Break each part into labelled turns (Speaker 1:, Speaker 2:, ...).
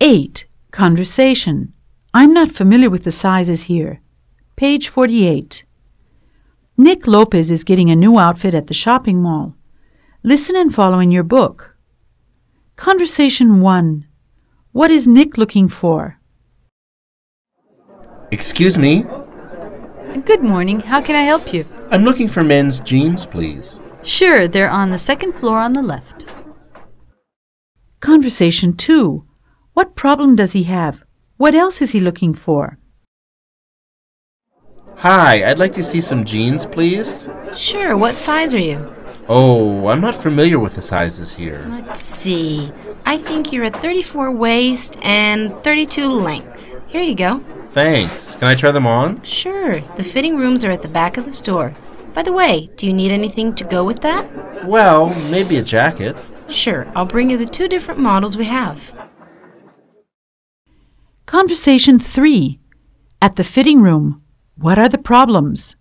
Speaker 1: 8. Conversation. I am not familiar with the sizes here. Page 48. Nick Lopez is getting a new outfit at the shopping mall. Listen and follow in your book. Conversation 1. What is Nick looking for?
Speaker 2: Excuse me,
Speaker 3: Good morning. How can I help you?
Speaker 2: I'm looking for men's jeans, please.
Speaker 3: Sure, they're on the second floor on the left.
Speaker 1: Conversation 2. What problem does he have? What else is he looking for?
Speaker 2: Hi, I'd like to see some jeans, please.
Speaker 3: Sure, what size are you?
Speaker 2: Oh, I'm not familiar with the sizes here.
Speaker 4: Let's see. I think you're at 34 waist and 32 length. Here you go.
Speaker 2: Thanks. Can I try them on?
Speaker 4: Sure, the fitting rooms are at the back of the store. By the way, do you need anything to go with that?
Speaker 2: Well, maybe a jacket.
Speaker 4: Sure, I'll bring you the two different models we have.
Speaker 1: Conversation 3. At the fitting room. What are the problems?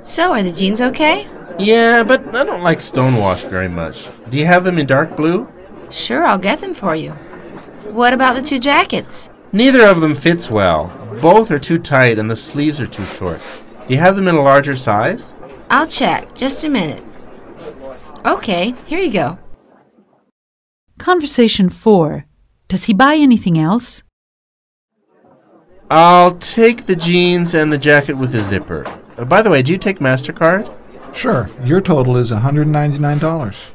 Speaker 4: So, are the jeans okay?
Speaker 2: Yeah, but I don't like stonewashed very much. Do you have them in dark blue?
Speaker 4: Sure, I'll get them for you. What about the two jackets?
Speaker 2: Neither of them fits well. Both are too tight and the sleeves are too short. Do you have them in a larger size?
Speaker 4: I'll check. Just a minute. Okay, here you go.
Speaker 1: Conversation 4. Does he buy anything else?
Speaker 2: I'll take the jeans and the jacket with a zipper. Uh, by the way, do you take MasterCard?
Speaker 5: Sure, your total is $199.